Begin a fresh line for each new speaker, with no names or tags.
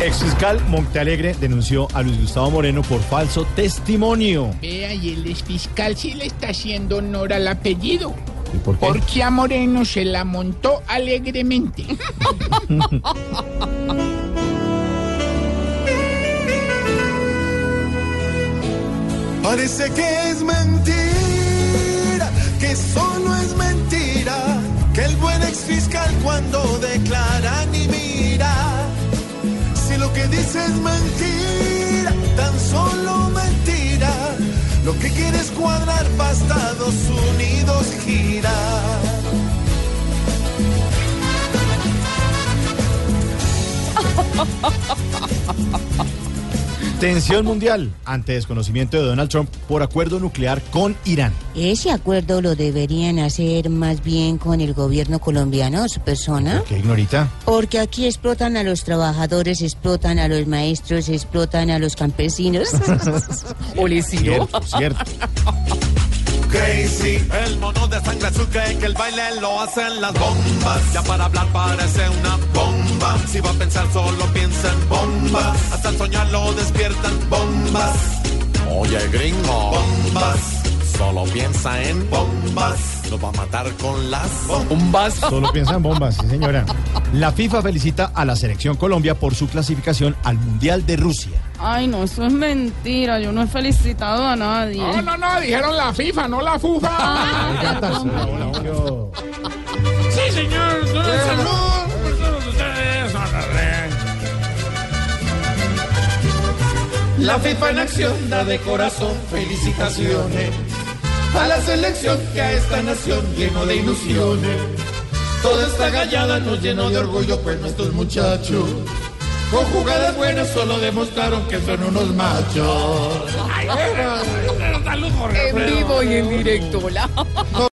Ex fiscal Montalegre denunció a Luis Gustavo Moreno por falso testimonio.
Vea, y el fiscal sí le está haciendo honor al apellido.
¿Y por qué?
Porque a Moreno se la montó alegremente.
Parece que es mentira, que solo es mentira, que el buen ex fiscal cuando declara ni mira. Si lo que dice es mentira, tan solo mentira, lo que quiere es cuadrar para Estados Unidos gira.
Tensión mundial ante desconocimiento de Donald Trump por acuerdo nuclear con Irán.
Ese acuerdo lo deberían hacer más bien con el gobierno colombiano, su persona,
¿Qué ignorita?
porque aquí explotan a los trabajadores, explotan a los maestros, explotan a los campesinos.
Cierto, cierto.
Crazy. El mono de sangre azul cree que el baile lo hacen las bombas. Ya para hablar parece una bomba. Si va a pensar solo piensa en bombas. Hasta el soñar lo despiertan bombas.
Oye, gringo,
Bombas.
solo piensa en
Bombas.
Lo va a matar con las
Solo piensa en bombas, sí señora. La FIFA felicita a la selección Colombia por su clasificación al Mundial de Rusia.
Ay, no, eso es mentira. Yo no he felicitado a nadie.
No, no, no, dijeron la FIFA, no la FUFA.
Ah,
Sí, señor. Saludos por todos ustedes.
La FIFA en acción da de corazón felicitaciones a la selección que a esta nación lleno de ilusiones. Toda esta gallada nos llenó de orgullo, pues nuestros muchachos con jugadas buenas solo demostraron que son unos machos.
Salud, Jorge.
vivo y en directo.